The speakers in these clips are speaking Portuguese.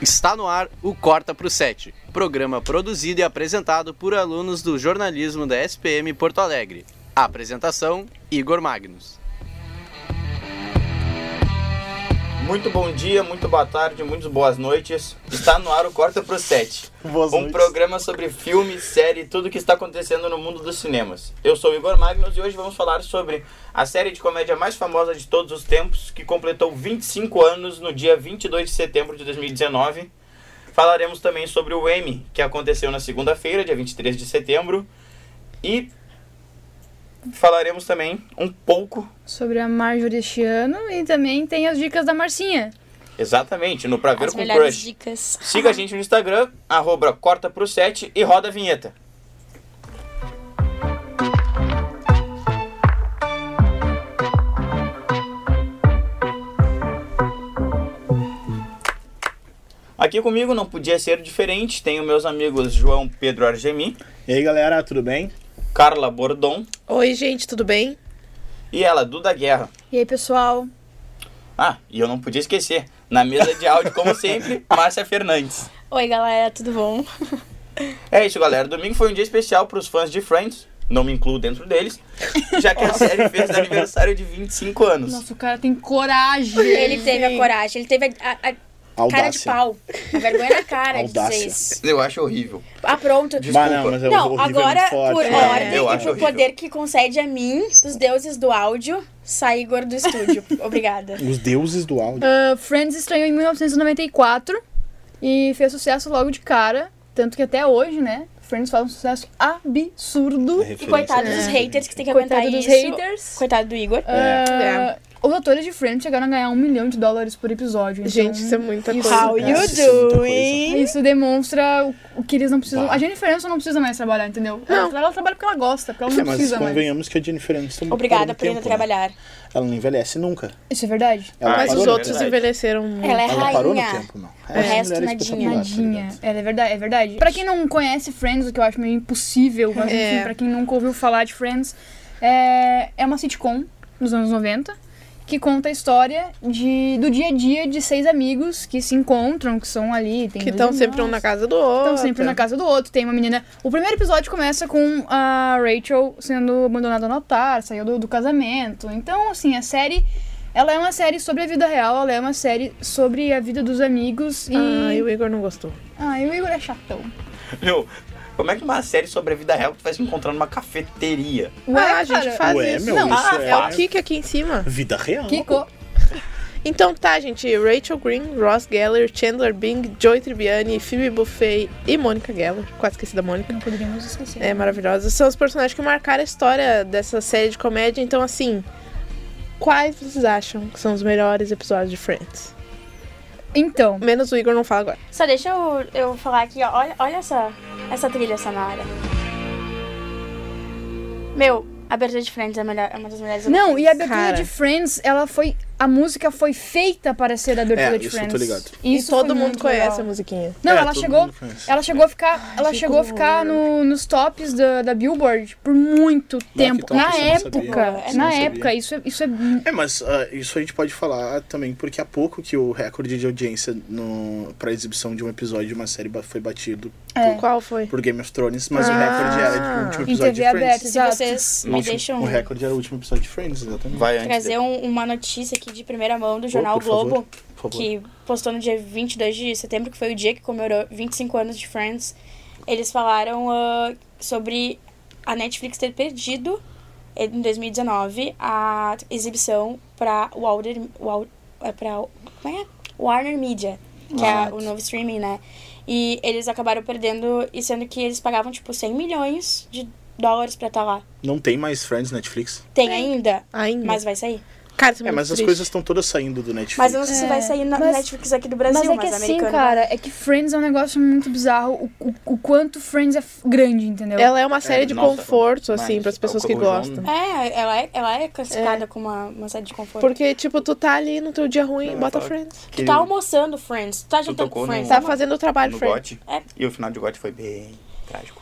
Está no ar o Corta pro 7, programa produzido e apresentado por alunos do jornalismo da SPM Porto Alegre. A apresentação: Igor Magnus. Muito bom dia, muito boa tarde, muitas boas noites. Está no ar o Corta Pro 7. Boas um noites. programa sobre filme, série e tudo que está acontecendo no mundo dos cinemas. Eu sou o Igor Magnus e hoje vamos falar sobre a série de comédia mais famosa de todos os tempos, que completou 25 anos no dia 22 de setembro de 2019. Falaremos também sobre o Emmy, que aconteceu na segunda-feira, dia 23 de setembro. E falaremos também um pouco sobre a Marjorie este ano e também tem as dicas da Marcinha. Exatamente, no Pra Ver As com melhores Crush. dicas. Siga a gente no Instagram, arroba corta pro 7 e roda a vinheta. Aqui comigo não podia ser diferente, tenho meus amigos João Pedro Argemi, E aí galera, tudo bem? Carla Bordon Oi, gente, tudo bem? e ela, Duda Guerra. E aí, pessoal? Ah, e eu não podia esquecer, na mesa de áudio, como sempre, Márcia Fernandes. Oi, galera, tudo bom? É isso, galera. Domingo foi um dia especial para os fãs de Friends. Não me incluo dentro deles, já que a série fez aniversário de 25 anos. Nossa, o cara tem coragem. Ele teve a coragem, ele teve a, a- a cara de Audácia. pau. A vergonha na cara de dizer Audácia. isso. Eu acho horrível. Ah, pronto. Bah, não, mas é Não, horrível, é agora, muito forte, por né? ordem É, Eu acho e por horrível. poder que concede a mim, dos deuses do áudio, sai Igor do estúdio. Obrigada. Os deuses do áudio. Uh, Friends estreou em 1994 e fez sucesso logo de cara. Tanto que até hoje, né? Friends faz um sucesso absurdo. É E coitado dos É. haters que tem que aguentar Coitado dos isso. É. haters. Coitado do Igor. Uh, Os atores de Friends chegaram a ganhar um milhão de dólares por episódio. então- Gente, isso é muita isso- coisa. How Nossa, you isso é muita doing? Isso demonstra o- o que eles não precisam. Bah. A Jennifer Aniston não precisa mais trabalhar, entendeu? Ela, ela trabalha porque ela gosta, porque ela não É, mas precisa mais. convenhamos que a Jennifer Aniston Obrigada parou no por ainda tempo, né? trabalhar. Ela não envelhece nunca. Isso é verdade. Ela Ah, Mas parou os no outros tempo. envelheceram muito. Ela é Ela parou no rainha. tempo, não. O resto, mulher é nadinha. espetacular, tá Nadinha. ligado? É, é verdade, é verdade. Pra quem não conhece Friends, o que eu acho meio impossível, mas É. enfim, pra quem nunca ouviu falar de Friends, é, é uma sitcom dos anos 90 que conta a história de, do dia a dia de seis amigos que se encontram, que são ali, tem Que dois estão sempre um irmãos, na casa do outro. Estão sempre um na casa do outro, tem uma menina. O primeiro episódio começa com a Rachel sendo abandonada no altar, saiu do, do casamento. Então, assim, a série. Ela é uma série sobre a vida real, ela é uma série sobre a vida dos amigos e. Ah, e o Igor não gostou. Ai, o Igor é chatão. Meu, como é que uma série sobre a vida real tu vai se encontrar numa cafeteria? Ué, ah, a gente cara. faz Ué, isso. meu, não, isso é, o é- Kiko aqui em cima. Vida real. Kiko. Então tá, gente. Rachel Green, Ross Geller, Chandler Bing, Joey Tribbiani, Phoebe Buffay e Mônica Geller. Quase esqueci da Mônica. Não poderíamos esquecer. É maravilhosa. São os personagens que marcaram a história dessa série de comédia. Então, assim, quais vocês acham que são os melhores episódios de Friends? Então, Menos o Igor não fala agora. Só deixa eu, eu falar aqui, ó. Olha, olha essa, essa trilha sonora. Meu, a abertura de Friends é, a melhor, é uma das melhores. não, e a abertura Cara. de Friends, ela foi. A música foi feita para ser da abertura É, de isso eu Friends. tô ligado. Isso e todo foi mundo muito conhece legal. a musiquinha. Não, É, ela todo chegou. mundo conhece. Ela chegou a ficar, ela chegou a ficar no- nos tops da, da Billboard por muito tempo. top, na isso eu não época, sabia. Isso eu na não sabia. época, isso é, isso é É, mas ah, isso a gente pode falar também, porque há pouco que o recorde de audiência no, pra exibição de um episódio de uma série ba- foi batido É. Qual foi? por Game of Thrones, mas o Ah. recorde era de último em episódio de TV Friends. aberta, Se exato. vocês me Nossa, deixam O Um recorde era o último episódio de Friends, exatamente. Vai antes. trazer dele. um- uma notícia aqui de primeira mão do Jornal por favor, Globo, Por favor. que postou no dia 22 de setembro, que foi o dia que comemorou 25 anos de Friends. Eles falaram ah, sobre a Netflix ter perdido eh, em 2019 a exibição para Warner, Wal- é pra- como é? Warner Media, que é o novo streaming, né? E eles acabaram perdendo, e sendo que eles pagavam tipo 100 milhões de dólares pra estar lá. Não tem mais Friends Netflix. Tem ainda, Ainda. mas vai sair. Cara, isso é, É, muito mas as triste. coisas estão todas saindo do Netflix. Mas eu não sei se É, vai sair na mas- Netflix aqui do Brasil, mas mas, é que assim, americano. cara, é que Friends é um negócio muito bizarro. O, o, o quanto Friends é f- grande, entendeu? Ela é uma série de nossa, conforto, mas assim, para as pessoas o- que o João- gostam. É, ela é, ela é classificada como uma, uma série de conforto. Porque, tipo, tu tá ali no teu dia ruim, Não, bota fala- Friends. Que Tu tá almoçando Friends, tu tá jantando tocou com Friends. num- Tá tá fazendo o trabalho no Friends. gote. É. E o final de gote foi bem trágico.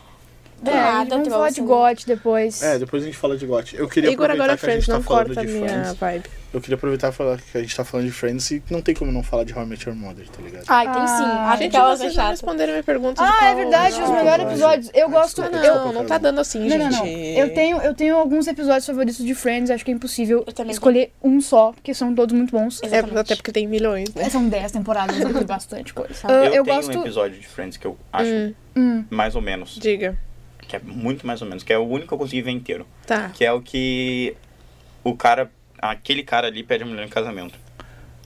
Do é, a gente nada, vamos falar de trouxe. GOT depois. É, depois a gente fala de GOT. Eu queria Igor aproveitar agora é que a gente Friends, tá não falando corta a de minha Friends. vibe. Eu queria aproveitar e falar que a gente tá falando de Friends e não tem como não falar de How I Met Your Mother, tá ligado? Ai, tem sim. Ah. Ah, Gente, aquelas é vocês não chata. responderam minha pergunta de Ah, qual- é verdade, os Não, melhores não, episódios. Eu não, gosto. Ah, desculpa, eu- não, não tá dando assim, Não, gente. não, não. Eu tenho, eu tenho alguns episódios favoritos de Friends, acho que é impossível Eu também escolher um só, porque são todos muito bons. É, Exatamente. até porque tem milhões, né? São 10 temporadas, eu vi bastante coisa. Eu, Ah, eu tenho um gosto. episódio de Friends que eu acho Hum. mais ou menos. Diga. Que é muito mais ou menos. Que é o único que eu consegui ver inteiro. Tá. Que é o que o cara. Aquele cara ali pede a mulher em casamento.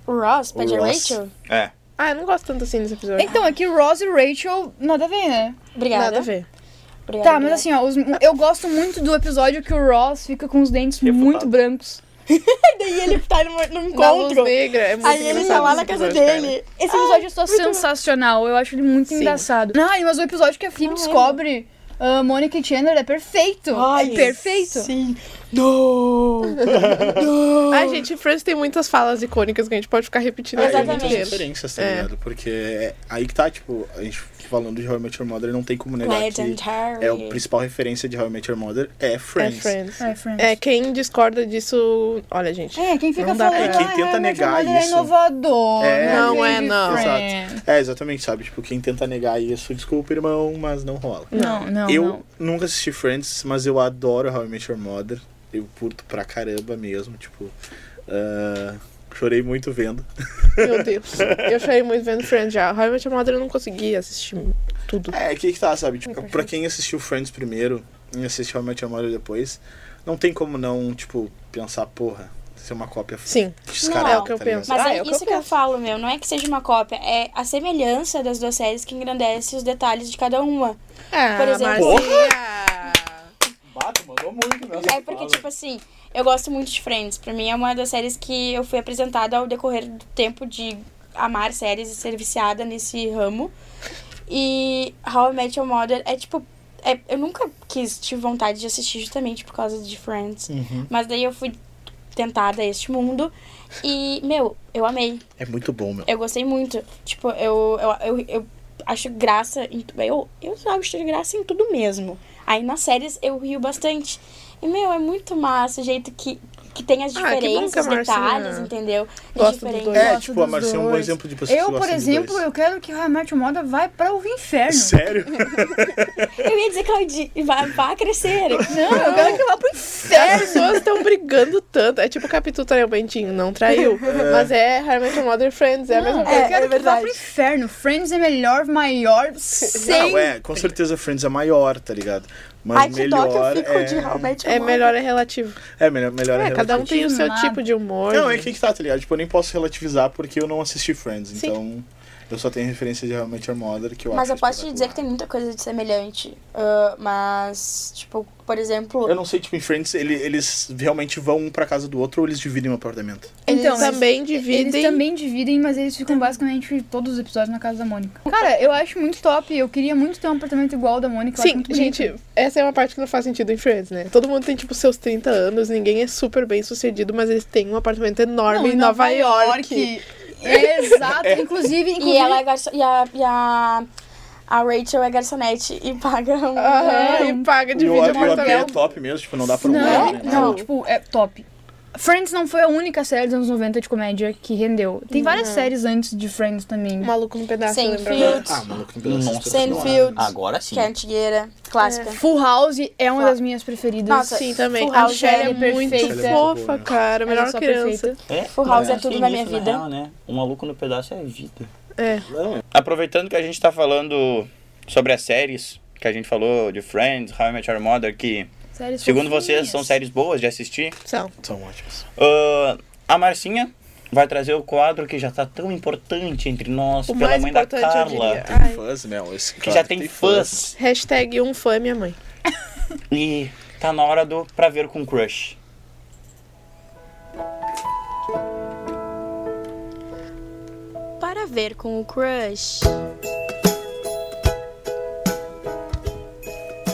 O Ross, pede a Ross. Rachel? É. Ah, eu não gosto tanto assim desse episódio. Então, aqui Ross e Rachel, nada a ver, né? Obrigada. Nada a ver. Obrigada, Tá, mas obrigada. assim, ó, os- eu gosto muito do episódio que o Ross fica com os dentes Refutado. muito brancos. Daí ele tá numa- num Na luz encontro. negra, é muito Aí ele tá engraçado lá esse na casa episódio, cara. dele. Esse episódio é só sensacional, eu acho ele muito Sim. engraçado. Ai, mas o episódio que a Phoebe Não lembro. descobre ah, Mônica e Chandler é perfeito. Ai, é perfeito. Sim. No! Ai, gente, Friends tem muitas falas icônicas que a gente pode ficar repetindo. Ah, aqui o tem dia Exatamente. muitas inteiro. referências, tá É. ligado? Porque é- aí que tá, tipo, a gente falando de How I Met Your Mother, não tem como negar Ned and que Harry. é a principal referência de How I Met Your Mother é É Friends. Friends. É, Friends. É, quem discorda disso... Olha, gente. É, quem fica Não dá falando pra- Quem "Ah, tenta How I Met Your negar Mother é isso." inovador. É. Não vem é, de não. Friends. É, exatamente, sabe? Tipo, quem tenta negar isso, desculpa, irmão, mas não rola. Não, não, eu não. nunca assisti Friends, mas eu adoro How I Met Your Mother. Eu curto pra caramba mesmo, tipo. ah, chorei muito vendo. Meu Deus. Eu chorei muito vendo Friends já. How I Met Your Mother eu não consegui assistir tudo. É, que que tá, sabe? Tipo, pra quem assistiu Friends primeiro e assistiu How I Met Your Mother depois, não tem como não, tipo, pensar, porra, isso é uma cópia Sim. descarada. Não, é o que eu tá ligado? penso. Mas Ah, é, é o que isso eu que eu penso. falo, meu. Não é que seja uma cópia. É a semelhança das duas séries que engrandece os detalhes de cada uma. Ah, Por exemplo- Marcia. Bato, mandou muito, meu. É porque, tipo assim, eu gosto muito de Friends. Pra mim é uma das séries que eu fui apresentada ao decorrer do tempo de amar séries e ser viciada nesse ramo. E How I Met Your Mother é tipo. é- eu nunca quis, tive vontade de assistir justamente por causa de Friends. Mas daí eu fui tentada a este mundo. E, meu, eu amei. É muito bom, meu. Eu gostei muito. Tipo, eu, eu, eu, eu acho graça. Em, tu- eu, eu acho graça em tudo mesmo. Aí nas séries eu rio bastante. E, meu, é muito massa o jeito que, que tem as Ah, que bom diferenças, que a é. os Marcinha detalhes, entendeu? As gosta dos diferenças. dois. É, gosto tipo, a dos Marcia é um bom dois. exemplo de pessoas Eu, que por gostam dos exemplo, dois. assim, eu quero que How I Met Your Mother vai para o inferno. Sério? Eu ia dizer que ela de- vai, vai crescer. Não, eu quero que vá pro inferno. As pessoas estão brigando tanto. É tipo o Capitu traiu o Bentinho, não traiu. Mas é Harry Your Mother Friends, é a mesma Não, coisa. eu quero é que vá verdade. pro inferno. Friends é melhor, maior, sem... Não, é, com certeza Friends é maior, tá ligado? Mas Ai, que melhor dó que eu fico é... de realmente um É melhor é relativo. É, melhor, melhor É, cada um tem o seu Nada. tipo de humor. Não, é né? que que tá, tá ligado? Tipo, eu nem posso relativizar porque eu não assisti Friends, Sim. então... Eu só tenho referência de realmente Your Mother, que eu Mas acho eu posso te dizer que espetacular. tem muita coisa de semelhante. Ah, mas, tipo, por exemplo, Eu não sei, tipo, em Friends, ele- eles realmente vão um pra casa do outro ou eles dividem o apartamento? Eles Então, eles- também Eles dividem. também dividem, mas eles ficam basicamente todos os episódios na casa da Mônica. Cara, eu acho muito top. Eu queria muito ter um apartamento igual ao da Mônica. eu acho Sim, muito bonito. gente, essa é uma parte que não faz sentido em Friends, né? Todo mundo tem, tipo, seus 30 anos, ninguém é super bem sucedido, mas eles têm um apartamento enorme Não, em Nova, York. Exato. Inclusive, inclusive... e ela é garço, e a, e a, a Rachel é garçonete e paga um. Ah, Aham, Não. e paga, E divide o o AP é apartamento. top mesmo, tipo, não dá pra um Não, lado, né? não, tipo, é top. Friends não foi a única série dos anos 90 de comédia que rendeu. Tem várias séries antes de Friends também. O maluco no pedaço, Sem lembra? fio. Ah, maluco, não precisa Nossa assistir, não. Senhora. Agora sim. Que é antigueira, clássica. Full House é uma das minhas preferidas. Nossa, Sim, também. Full A House Michelle é né? é muito perfeita. fofa, cara. Ela é Melhor só criança. perfeita. É, Full House eu é tudo achei na minha isso, vida. real, né? Um maluco no pedaço é vida. É. Aproveitando que a gente tá falando sobre as séries, que a gente falou de Friends, How I Met Your Mother, que, Séries segundo fofinhas. vocês, são séries boas de assistir. São. São ótimos. Ah, a Marcinha vai trazer o quadro que já tá tão importante entre nós, O pela mais mãe da importante, eu Carla, diria. Tem Ai. fãs, meu, esse que cara já tem né? fãs. Hashtag um fã é minha mãe. E tá na hora do pra ver com crush. É. Para ver com o crush.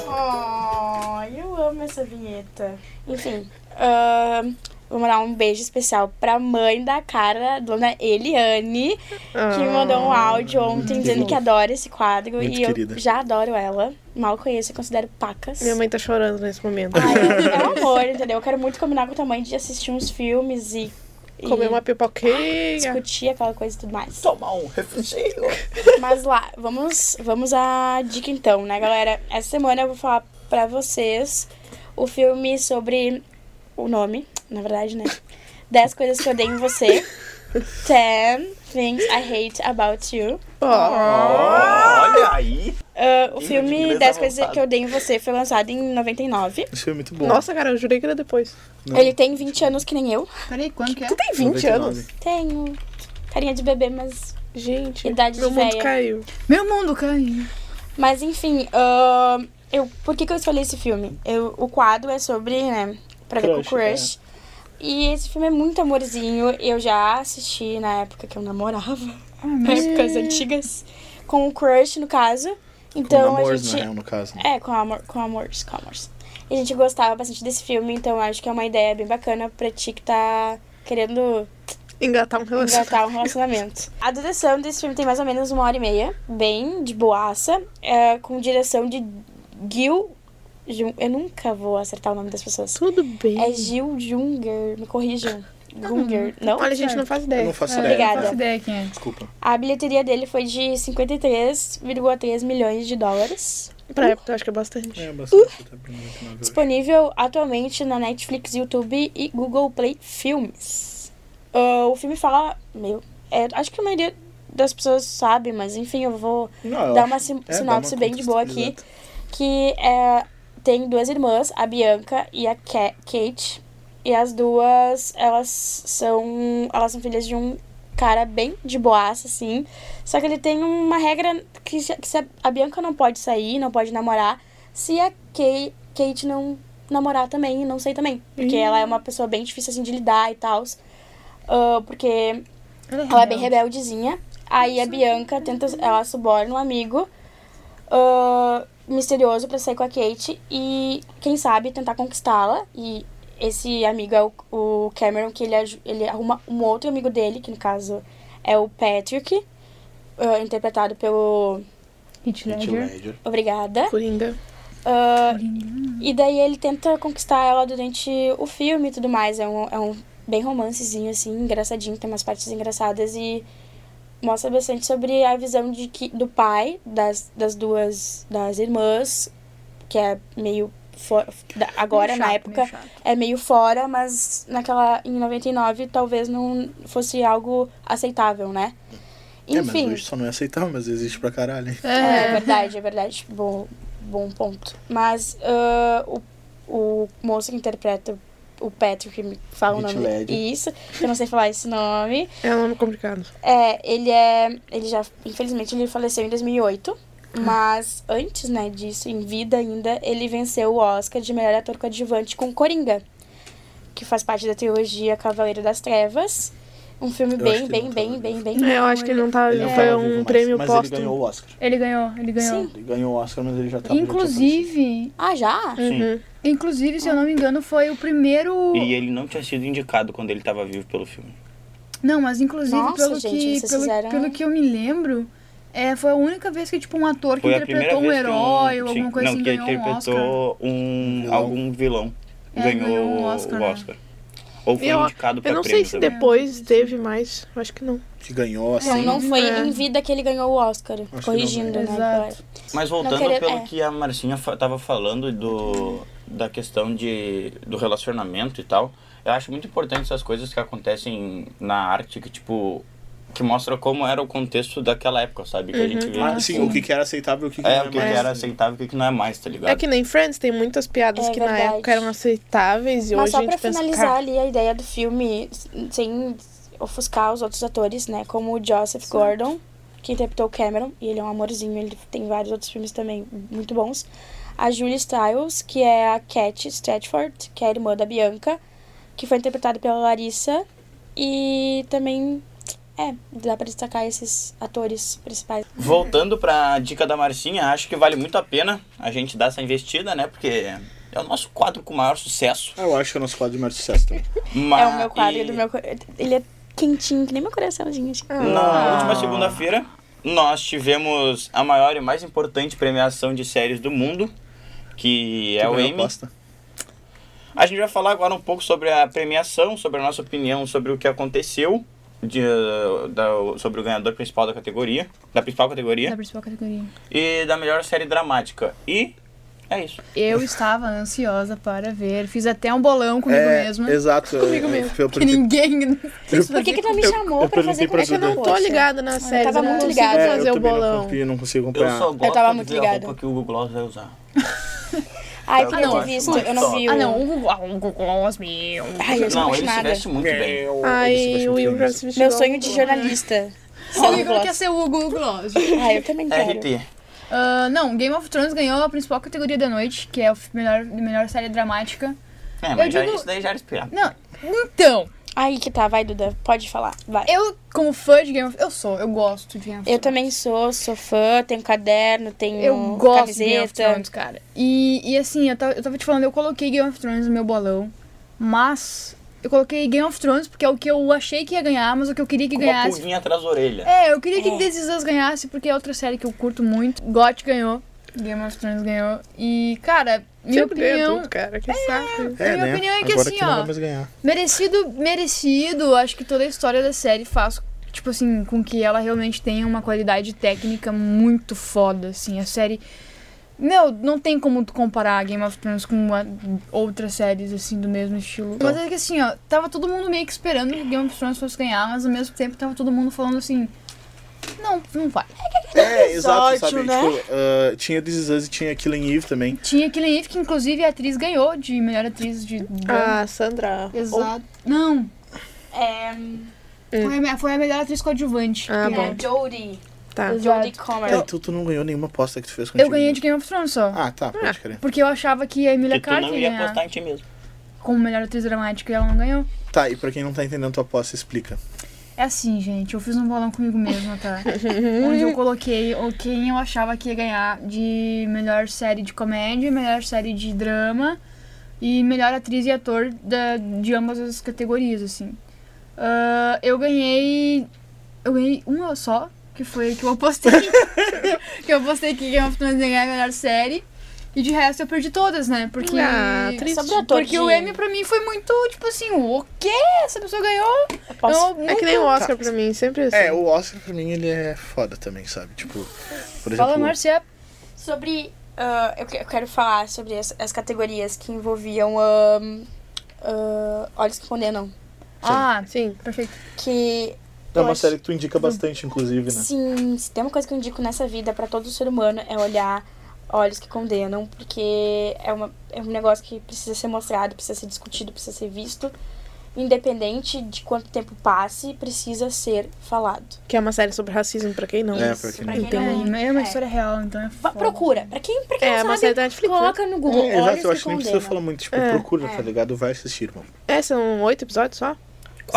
Oh, eu amo essa vinheta. Enfim, ahn, Vou mandar um beijo especial pra mãe da cara, dona Eliane, que me mandou um áudio Ah, ontem dizendo querida. que adora esse quadro. Muito e querida. eu já adoro ela. Mal conheço e considero pacas. Minha mãe tá chorando nesse momento. Ai, é um amor, entendeu? Eu quero muito combinar com o tamanho de assistir uns filmes e, e Comer uma pipoquinha. discutir aquela coisa e tudo mais. Tomar um refrigerio. Mas lá, vamos, vamos à dica então, né, galera? Essa semana eu vou falar pra vocês o filme sobre o nome, na verdade, né? 10 coisas que eu odeio em você. 10 things I hate about you. Ó, Olha aí. Ah, Ih, tá o de filme inglês 10 coisas avançado. que eu odeio em você foi lançado em 99. Esse filme é muito bom. Nossa, cara, eu jurei que era depois. Não. Ele tem 20 anos que nem eu. Peraí, quando que é? Tu tem 20 99. anos? Tenho carinha de bebê, mas Gente, Idade meu de mundo véia. caiu. Meu mundo caiu. Mas enfim, ahn, eu, por que, que eu escolhi esse filme? Eu, o quadro é sobre, né, pra ver com o Crush, é. crush. E esse filme é muito amorzinho. Eu já assisti na época que eu namorava, Ah, épocas antigas, com o crush, no caso. Então com a amores, né? gente. na real, no caso. É, com amor, com amores, com amores. E a gente gostava bastante desse filme, então eu acho que é uma ideia bem bacana pra ti que tá querendo Engatar um relacionamento. engatar um relacionamento. A duração desse filme tem mais ou menos uma hora e meia, bem de boaça, é, com direção de Gil. Jun- Eu nunca vou acertar o nome das pessoas. Tudo bem. É Gil Junger, me corrijam. Junger, não? Hum, Olha, gente, não faz Eu ideia. não faço É, ideia. Obrigada. Não faço ideia quem é. Desculpa. A bilheteria dele foi de 53,3 milhões de dólares. Pra época, eu acho que é bastante. É, Uh. bastante. tá bem, 99. Disponível atualmente na Netflix, YouTube e Google Play Filmes. Ah, o filme fala. Meu. é, acho que a maioria das pessoas sabe, mas enfim, eu vou Não, eu dá acho- uma sim- é, dá sinopse uma bem de boa aqui. contextualizada. Que é, tem duas irmãs, a Bianca e a Ca- Kate. E as duas, elas são. Elas são filhas de um cara bem de boaça, assim. Só que ele tem uma regra que, se- que se a, a Bianca não pode sair, não pode namorar, se a Kay, Kate não namorar também, não sei também. Porque ela é uma pessoa bem difícil assim de lidar e tal. porque ela é bem rebeldezinha. Aí a Bianca tenta. Ela suborna um amigo ah, misterioso pra sair com a Kate e, quem sabe, tentar conquistá-la. E esse amigo é o, o Cameron, que ele, aju- ele arruma um outro amigo dele, que no caso é o Patrick, ah, interpretado pelo. Heath Heath Ledger. Ledger. Obrigada. Coringa. Ah, e daí ele tenta conquistar ela durante o filme e tudo mais. É um, é um bem romancezinho, assim, engraçadinho, tem umas partes engraçadas e mostra bastante sobre a visão de que, do pai das, das duas das irmãs, que é meio fo- da- agora Meio na chato, época meio chato. é meio fora, mas naquela em 99 talvez não fosse algo aceitável, né? É, mas Enfim. hoje só não é aceitável, mas existe pra caralho. hein? É, É. verdade, é verdade. Bom, bom ponto. Mas ah, o, o moço que interpreta o Patrick, que me fala o Heath nome Ledger. Isso, que eu não sei falar esse nome. É um nome complicado. É, ele é. Ele já. Infelizmente, ele faleceu em 2008. Mas antes, né, disso, em vida ainda, ele venceu o Oscar de melhor ator coadjuvante com Coringa, que faz parte da trilogia Cavaleiro das Trevas. Um filme Eu acho bem, que bem, não tá bem, vivo. bem, bem, É, eu acho que ele não tá. Ele não foi tava um vivo mais, prêmio mas ele póstumo. ganhou o Oscar. Ele ganhou, ele ganhou. Sim. Ele ganhou o Oscar, mas ele já tá tava já tinha Inclusive, Ah, já? Uhum. inclusive, se eu não me engano, foi o primeiro. E ele não tinha sido indicado quando ele tava vivo pelo filme. Não, mas inclusive, Nossa, pelo, gente, que, vocês pelo, fizeram- pelo que eu me lembro, é, foi a única vez que, tipo, um ator que Foi a primeira interpretou um vez que herói ou sim, alguma coisa não, assim que ganhou um Oscar. interpretou um, Vilão. algum vilão. É, ganhou, ganhou um Oscar, o né? Oscar. Ou foi Eu- indicado pra Eu não sei prêmio se também. depois teve mais. Eu acho que não. acontecido. Que ganhou, assim. Não, não foi É. em vida que ele ganhou o Oscar. não corrigindo, ganhou. né? Exato. Mas voltando querer- pelo é. que a Marcinha fa- tava falando do, da questão de, do relacionamento e tal, eu acho muito importante essas coisas que acontecem na arte, que tipo, que mostra como era o contexto daquela época, sabe? Que a Uhum. gente vê. tipo, Ah, sim, o que que era aceitável e o que, que É, não o que mais. era aceitável e o que não é mais, tá ligado? É que nem Friends tem muitas piadas É que na verdade. época eram aceitáveis e Mas hoje a só gente pra pensa. finalizar "Cara, ali a ideia do filme, sem ofuscar os outros atores, né? Como o Joseph Gordon, que interpretou o Cameron, e ele é um amorzinho, ele tem vários outros filmes também muito bons. A Julie Stiles, que é a Cat Stratford, que é a irmã da Bianca, que foi interpretada pela Larissa. E também, é, dá pra destacar esses atores principais. Voltando pra dica da Marcinha, acho que vale muito a pena a gente dar essa investida, né? Porque É o nosso quadro com maior sucesso. Ah, Eu acho que é o nosso quadro de maior sucesso também. Mas... É o meu quadro do meu. co- Ele é quentinho, que nem meu coraçãozinho. assim. Ah. Na última segunda-feira, nós tivemos a maior e mais importante premiação de séries do mundo, que é o Também Emmy. A gente vai falar agora um pouco sobre a premiação, sobre a nossa opinião sobre o que aconteceu, de, da- sobre o ganhador principal da categoria, da principal Da categoria, principal categoria. e da melhor série dramática. E é isso. Eu estava ansiosa para ver. Fiz até um bolão comigo É, mesma. Exato. Comigo eu- mesmo. Eu, eu, Que ninguém. Por que, que não me chamou eu pra fazer perguntei pra com que eu não Dudu. Tô fosse? ligada na série. tava não muito consigo ligada. é, fazer eu o também bolão. Não, consegui- não consigo Eu acompanhar. só gosto tava de muito ver a ligada. roupa que o Google Gloss vai usar. Ai, eu queria Ah, não. ter visto. Eu não vi o. Ah, não. O Google, ah, o Google Glass, meu. Ai, eu não Não, puxo ele se nada. é veste muito É. bem. um Ai, o Will já Williams. se vestiu. Meu sonho de jornalista. O Igor Gloss. quer ser o Google é Gloss. é Ai, eu também quero. RT. Ah, não, Game of Thrones ganhou a principal categoria da noite, que é a melhor, melhor série dramática. É, mas Eu já- digo- isso daí já era esperado. Não, então, Ai, que tá, vai, Duda. Pode falar. Vai. eu, como fã de Game of Thrones, eu sou, eu gosto de Game of Thrones. Eu também sou, sou fã, tenho caderno, tenho Eu gosto de Game of camiseta. Thrones, cara. E, e assim, eu tava, eu tava te falando, eu coloquei Game of Thrones no meu bolão, mas eu coloquei Game of Thrones porque é o que eu achei que ia ganhar, mas o que eu queria que Com uma ganhasse. pulguinha atrás da orelha. É, eu queria que This Is Us ganhasse porque é outra série que eu curto muito. GOT ganhou, Game of Thrones ganhou. E, cara, minha é Sempre então. ganha opinião. tudo, cara. Que saco. minha opinião é que né? Agora assim, que não ó, vai mais ganhar. Merecido, merecido. Acho que toda a história da série faz, tipo assim, com que ela realmente tenha uma qualidade técnica muito foda, assim. A série... Meu, não tem como tu comparar Game of Thrones com uma- outras séries, assim, do mesmo estilo. Mas é que assim, ó, tava todo mundo meio que esperando que Game of Thrones fosse ganhar, mas ao mesmo tempo tava todo mundo falando assim... Não, não vai. É, exato, sabe? né? Tipo, ah, tinha This Is Us e tinha Killing Eve também. Tinha Killing Eve, que inclusive a atriz ganhou de melhor atriz de... drama. Ah, Sandra. Exato. Não, É, foi a, me- foi a melhor atriz coadjuvante. Ah, que bom. é. Jodie. Tá. Exato. Jodie Comer. É, então tu não ganhou nenhuma aposta que tu fez contigo. Eu ganhei né? de Game of Thrones só. Ah, tá, pode crer. Porque eu achava é que a Emilia Que tu Clarke não ia ia ganhar apostar em ti mesmo. como melhor atriz dramática e ela não ganhou. Tá, e pra quem não tá entendendo tua aposta, explica. É assim, gente, eu fiz um bolão comigo mesma, tá? Onde eu coloquei o- quem eu achava que ia ganhar de melhor série de comédia, melhor série de drama e melhor atriz e ator da, de ambas as categorias, assim. Ah, eu ganhei. Eu ganhei uma só, que foi a que eu apostei. que eu apostei que Game of Thrones ia ganhar a melhor série. E de resto eu perdi todas, né? Porque. Ah, triste. Sobre a ator Porque o de- Emmy pra mim foi muito, tipo assim, o quê? Essa pessoa ganhou? Eu posso- Eu É que nem o Tá. nunca- Oscar pra mim, sempre assim. É, o Oscar pra mim ele é foda também, sabe? Tipo, por exemplo. Fala, Marcia. Sobre. ah, eu, que- eu quero falar sobre as, as categorias que envolviam ahm, ah, Olhos que Condenam. Ah, Sim. perfeito. Que. É uma eu acho- série que tu indica bastante, inclusive, né? Sim, se tem uma coisa que eu indico nessa vida pra todo ser humano é olhar Olhos que Condenam, porque é, uma, é um negócio que precisa ser mostrado, precisa ser discutido, precisa ser visto. Independente de quanto tempo passe, precisa ser falado. Que é uma série sobre racismo, pra quem não. É, Isso, pra quem pra não quem É, não- é uma é. história real, então é Va- foda. Procura. Pra quem, pra quem É, não uma sabe, série da Netflix. né? coloca no Google É, exato, eu Olhos acho que que nem Condenam. precisa falar muito, tipo, É. procura, É. tá ligado? Vai assistir, irmão. É, são oito episódios só?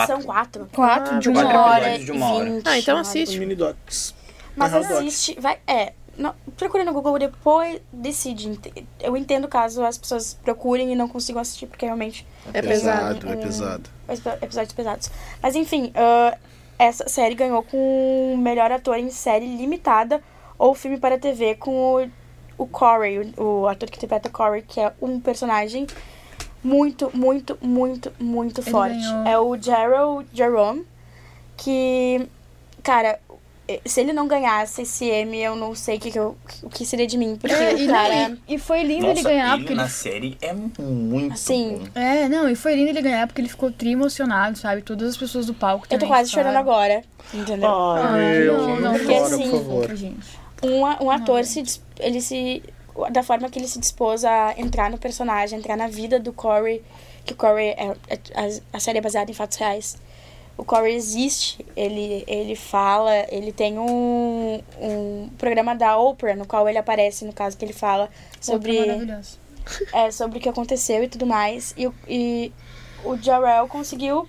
São quatro. Quatro Ah, de uma quatro hora. episódios. de uma hora. vinte, Ah, então algo assiste. assim. Mini docs. Mas Na Hellbox. assiste, vai, é, não, procura no Google depois, decide. Ent- Eu entendo caso as pessoas procurem e não consigam assistir, porque realmente É pesado. É pesado. os epi- episódios pesados. Mas enfim, ah, essa série ganhou com o melhor ator em série limitada ou filme para TV com o, o Corey, o, o ator que interpreta Corey, que é um personagem muito, muito, muito, muito Ele forte. ganhou. É o Gerald Jerome, que, cara, se ele não ganhasse esse M, eu não sei o que, que eu- o que seria de mim, porque É, e, o cara... não, e, e foi lindo ele Nossa, ganhar, ele porque na ele... série é muito Assim, bom. É, não, e foi lindo ele ganhar porque ele ficou tri emocionado, sabe? Todas as pessoas do palco Eu também. tô quase ficaram. chorando agora, entendeu? Ai, meu, Ah, não, não, não porque chora, assim- por favor. gente. um, a- um ator velho. se dis- ele se da forma que ele se dispôs a entrar no personagem, entrar na vida do Corey, que o Corey é, é- a, a série é baseada em fatos reais. O Corey existe, ele ele fala, ele tem um, um programa da Oprah no qual ele aparece, no caso que ele fala Sobre... sobre Maravilhoso. é, sobre o que aconteceu e tudo mais. E, o- e o Jarrell conseguiu,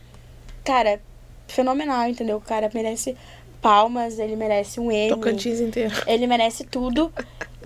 cara, fenomenal, entendeu? O cara merece palmas, ele merece um Emmy. Tocantins inteiro. Ele merece tudo,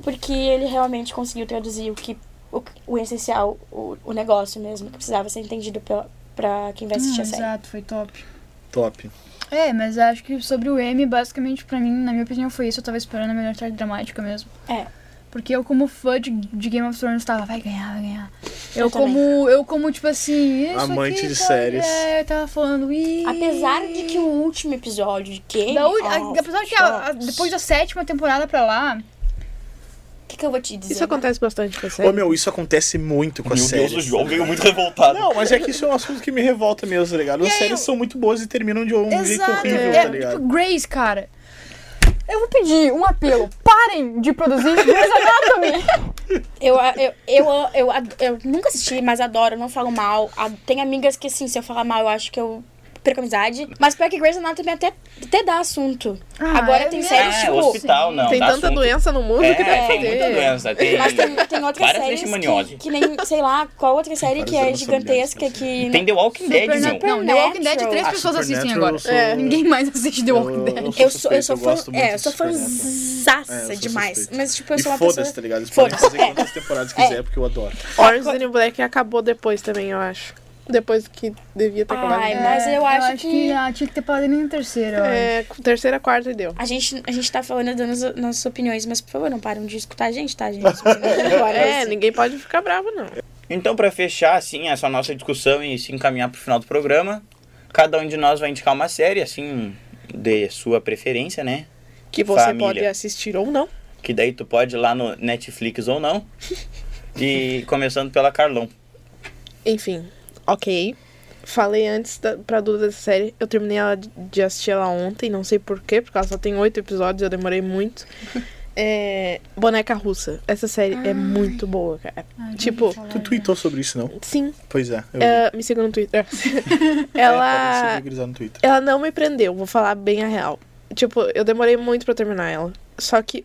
porque ele realmente conseguiu traduzir o que o, o essencial, o, o negócio mesmo, que precisava ser entendido pela, pra quem vai assistir Hum, a série. exato, foi top. Top. É, mas acho que sobre o M, basicamente, pra mim, na minha opinião, foi isso. Eu tava esperando a melhor tarde dramática mesmo. É. Porque eu, como fã de, de Game of Thrones, tava, vai ganhar, vai ganhar. Eu, Eu também. como, eu como, tipo assim, isso Amante aqui, de tá- séries. É, eu tava falando, ih... Apesar de que o último episódio de Game Da, u- of a, apesar de que a- a- depois da sétima temporada pra lá, O que, que eu vou te dizer? Isso acontece bastante com a série. Ô meu, isso acontece muito com as Meu séries. Deus, o João veio muito revoltado. Não, mas é que isso é um assunto que me revolta mesmo, tá ligado? E As aí, séries eu- são muito boas e terminam de um jeito Exato, horrível, é, tá ligado? tipo, Grace, cara. Eu vou pedir um apelo. Parem de produzir Grey's Anatomy. Eu, eu, eu, eu, ad- eu nunca assisti, mas adoro, não falo mal. A- Tem amigas que, assim, se eu falar mal, eu acho que eu perco a amizade. Mas pior que Grey's Anatomy é até, até dá assunto. Ah, Agora é tem mesmo? séries, É, tipo... hospital não. tem dá tanta assunto. doença no mundo que deve É, tem muita ter. doença. Tem, Mas tem, tem outras várias séries leishmaniose. que, que nem, sei lá, qual outra série que é Várias doenças familiares, gigantesca que... tem The Walking Dead, meu. Supernatural. Não, The Walking Dead três Ah, pessoas assistem Supernatural, agora. eu sou- É. Ninguém mais assiste The Walking Dead. Eu sou, eu sou suspeito, fã, gosto muito é, eu de sou Supernatural. fãzaça É, eu sou demais. suspeito. Mas, tipo, eu E sou uma foda-se, pessoa... tá ligado? Eles podem Foda-se, fazer é. quantas temporadas quiser, porque eu adoro. Orange is the New Black acabou depois também, eu acho. Depois do que devia ter acabado. Ai, mas eu acho que- ah, tinha É, que ter parado na terceira. eu acho. É, com terceira, quarta e deu. A gente, a gente tá falando dando as- nossas opiniões, mas por favor, não param de escutar a gente, tá, gente? Agora, É, assim. ninguém pode ficar bravo, não. Então, pra fechar, assim, essa nossa discussão e se encaminhar pro final do programa, cada um de nós vai indicar uma série, assim, de sua preferência, né? Que você Família. pode assistir ou não. Que daí tu pode ir lá no Netflix ou não. E começando pela Carlão. Enfim, ok. Falei antes da, pra Duda dessa série. Eu terminei ela de- de assistir ela ontem, não sei porquê, porque ela só tem oito episódios, eu demorei muito. É, Boneca Russa. Essa série é muito boa, cara. Ah, tipo, deixa eu Tu falar. tweetou sobre isso, não? Sim, Pois é. Eu é, me siga no Twitter. ela. É, no Twitter. Ela não me prendeu, vou falar bem a real. Tipo, eu demorei muito pra terminar ela. Só que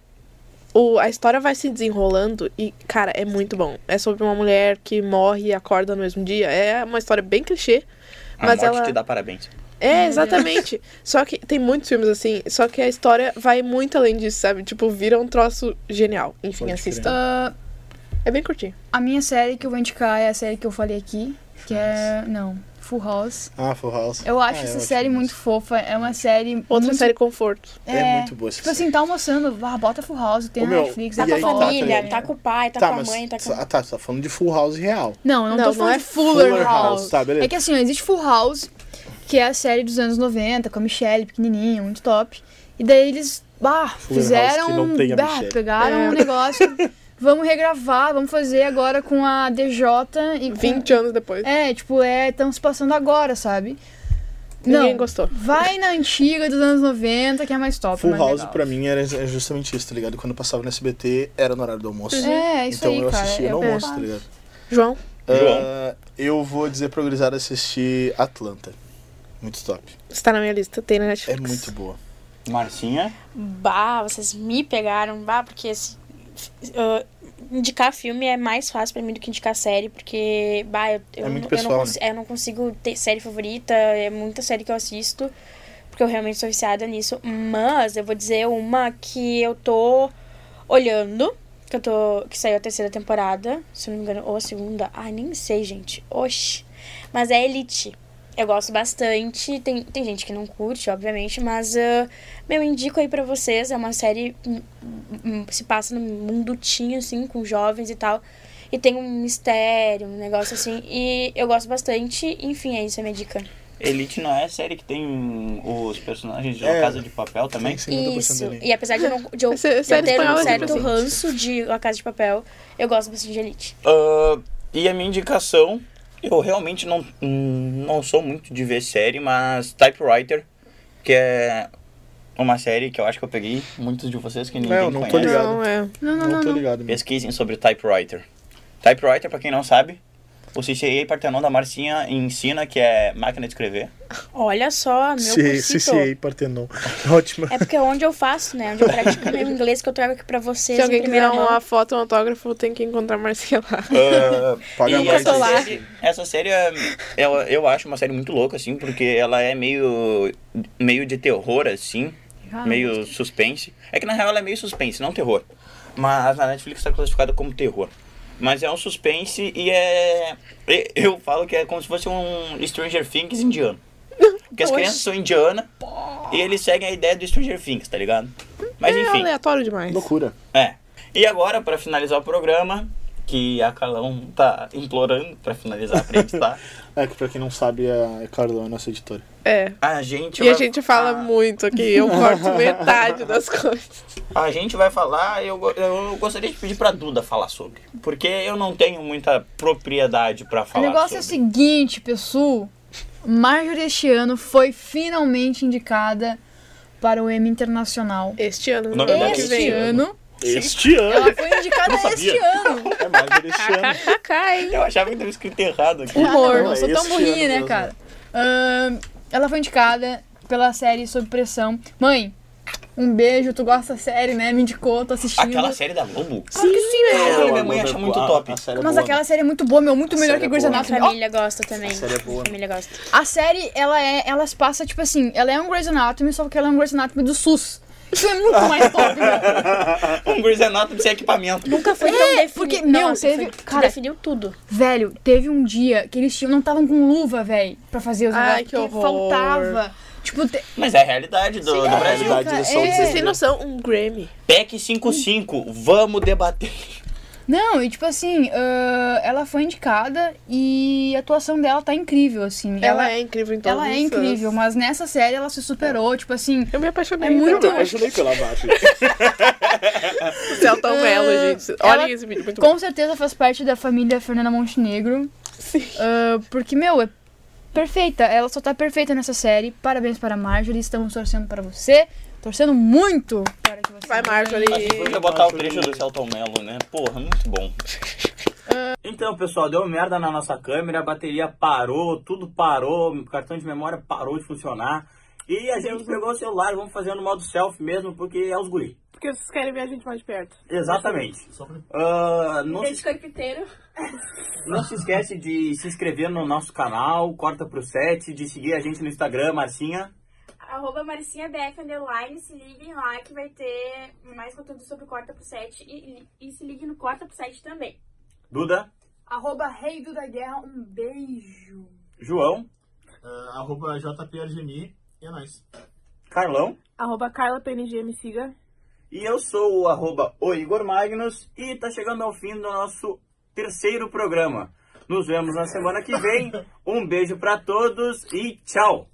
o, a história vai se desenrolando e, cara, é muito bom. É sobre uma mulher que morre e acorda no mesmo dia. É uma história bem clichê. A Mas morte ela- te dá parabéns. É, Uhum. exatamente. Só que tem muitos filmes assim, só que a história vai muito além disso, sabe? Tipo, vira um troço genial. Enfim, Pode assista. crer. Ah, É bem curtinho. a minha série que eu vou indicar é a série que eu falei aqui, que é. Não, Full House. Ah, Full House. Eu acho Ah, essa ótimo série isso. muito fofa. É uma série. Outra muito, série conforto. É, muito boa essa Tipo assim, tá almoçando, ah, bota Full House, tem Ô, na meu, Netflix. e Tá é com a aí que tá, top. tá família, ligado? tá com o pai, tá, Tá, com a mas mãe, tá com... ah, tá, você tá falando de Full House real. Não, eu não, Não, tô falando não é de Fuller, Fuller House. House, tá, beleza. É que assim, ó, existe Full House, que é a série dos anos 90, com a Michelle, pequenininha, muito top. E daí eles, bah, Fuller fizeram, House que não tem a bah, Michelle. pegaram um negócio, vamos regravar, vamos fazer agora com a DJ e com- 20 anos depois. É, tipo, é, estão se passando agora, sabe? Ninguém não, gostou. vai na antiga dos anos 90, que é mais top, Full mais House legal. assim, pra mim era é justamente isso, tá ligado? Quando eu passava no SBT, era no horário do almoço. É, isso então aí, eu cara. assistia no eu- almoço, tá ligado? João, João. Ah, eu vou dizer pra gurizada assistir Atlanta. Muito top. está na minha lista, tem na É Netflix. muito boa. Marcinha. Bah, vocês me pegaram, bah, porque esse- ah, indicar filme é mais fácil pra mim do que indicar série, porque, bah, eu, eu, não- muito eu, pessoal, né? não, consi- é, eu não consigo ter série favorita, é muita série que eu assisto, porque eu realmente sou viciada nisso, mas eu vou dizer uma que eu tô olhando, que eu tô, que saiu a terceira temporada, se eu não me engano, ou a segunda, ai, nem sei, gente, oxi, mas é Elite. Eu gosto bastante, tem, tem gente que não curte, obviamente, mas ah, meu, indico aí pra vocês, é uma série hum, hum, se passa num mundo teen, assim, com jovens e tal. E tem um mistério, um negócio assim. E eu gosto bastante. Enfim, é isso, é minha dica. Elite não é a série que tem os personagens de É. La Casa de Papel também? Tem 50% Isso. dele. E apesar de eu, não, de eu, Essa- essa de eu série ter um espanhola é certo diferente. ranço de La Casa de Papel, eu gosto bastante de Elite. Ah, e a minha indicação, eu realmente não, hum, não sou muito de ver série, mas Typewriter, que é uma série que eu acho que eu peguei muitos de vocês que ninguém eu não tô conhece. ligado. Não, é. Não, não, não, tô não. ligado. mesmo. Pesquisem sobre Typewriter. Typewriter, pra quem não sabe, o CCA Partenon da Marcinha ensina que é máquina de escrever. Olha só, meu CCA, cursito. CCA Partenon. Ótima. É porque é onde eu faço, né? Onde eu pratico meu inglês que eu trago aqui pra vocês. Se alguém em quiser primeira mão. uma foto, um autógrafo, tem que encontrar a Marcela. Ah, É, Paga e mais. né? essa Solar. série, essa série é- ela- eu acho uma série muito louca, assim, porque ela é meio, meio de terror, assim. Ah, meio suspense. É que na real ela é meio suspense, não terror. Mas na Netflix tá classificada como terror. Mas é um suspense e é. e- Eu falo que é como se fosse um Stranger Things indiano. Porque as Poxa. crianças são indianas e eles seguem a ideia do Stranger Things, tá ligado? Mas é enfim. aleatório demais. Loucura. É. E agora, pra finalizar o programa, que a Calão tá implorando pra finalizar pra gente, tá? É que pra quem não sabe, a Carlão é nossa editora. É. A gente E vai- a gente fala Ah. muito aqui, eu corto metade das coisas. A gente vai falar, eu, go- eu gostaria de pedir pra Duda falar sobre. Porque eu não tenho muita propriedade pra O falar. negócio é o sobre. seguinte, pessoal. Marjorie este ano foi finalmente indicada para o Emmy Internacional. Este ano, Na né? verdade, ano que este Este vem. ano. Este ano! Ela foi indicada Não sabia. este ano. É mais este ano. Cacai. Eu achava que tava escrito errado aqui. Humor, Não, não é sou tão este burrinha, ano né, mesmo. cara? Ahn, ela foi indicada pela série Sob Pressão. Mãe, um beijo, tu gosta da série, né? Me indicou, tô assistindo. Aquela é série da Globo? Claro que sim, né? Caralho, minha mãe acha muito top. Mas aquela série é muito boa, meu, muito A melhor série que é Grey's boa. Anatomy. Ó, Família gosta também. série é boa. Família gosta. a série, ela é, ela se passa, tipo assim, ela é um Grey's Anatomy, só que ela é um Grey's Anatomy do SUS. Isso é muito mais top, né? meu. Um Grey's Anatomy sem equipamento. Nunca foi tão definido. É, porque, meu, Nossa, teve- foi- tu cara- definiu tudo. Velho, teve um dia que eles tinham, não estavam com luva, velho, pra fazer os Ai, negócios, que porque horror. faltava. Tipo, te- Mas é a realidade do, do Brasil. realidade do Soul é. Vocês têm noção? Um Grammy. PEC 55, vamos debater. Não, e tipo assim, ah, ela foi indicada e a atuação dela tá incrível, assim. Ela, é incrível em todas ela é as- incrível, mas nessa série ela se superou, tipo assim. Eu me apaixonei. É muito- Eu pelo apaixonei pela Baixa. céu tão belo, gente. Olhem ela- esse vídeo, muito bom. Com certeza faz parte da família Fernanda Montenegro. Sim. ah, porque, meu, é perfeita. Ela só tá perfeita nessa série. Parabéns para a Marjorie, estamos torcendo para você. Torcendo muito para que você. Vai, ganhe. Eu Marjorie. ia botar o trecho do Celton Mello, né? Porra, muito bom. Então, pessoal, deu merda na nossa câmera, a bateria parou, tudo parou, o cartão de memória parou de funcionar. E a gente pegou o celular, vamos fazer no modo selfie mesmo, porque é os guri. Porque vocês querem ver a gente mais de perto. Exatamente. Ah, não, se, carpinteiro. não se esquece de se inscrever no nosso canal, corta pro set, de seguir a gente no Instagram, Marcinha. Arroba MarcinhaBF Underline, se liguem lá que vai ter mais conteúdo sobre o Corta pro 7 e, e se liguem no Corta pro 7 também. Duda, Arroba Rei do da Guerra, um beijo. João, É, Arroba JPRGMI e é nóis. Carlão. Arroba Carla PNG, me siga. E eu sou o arroba o Igor Magnus e tá chegando ao fim do nosso terceiro programa. Nos vemos na semana que vem. Um beijo pra todos e tchau!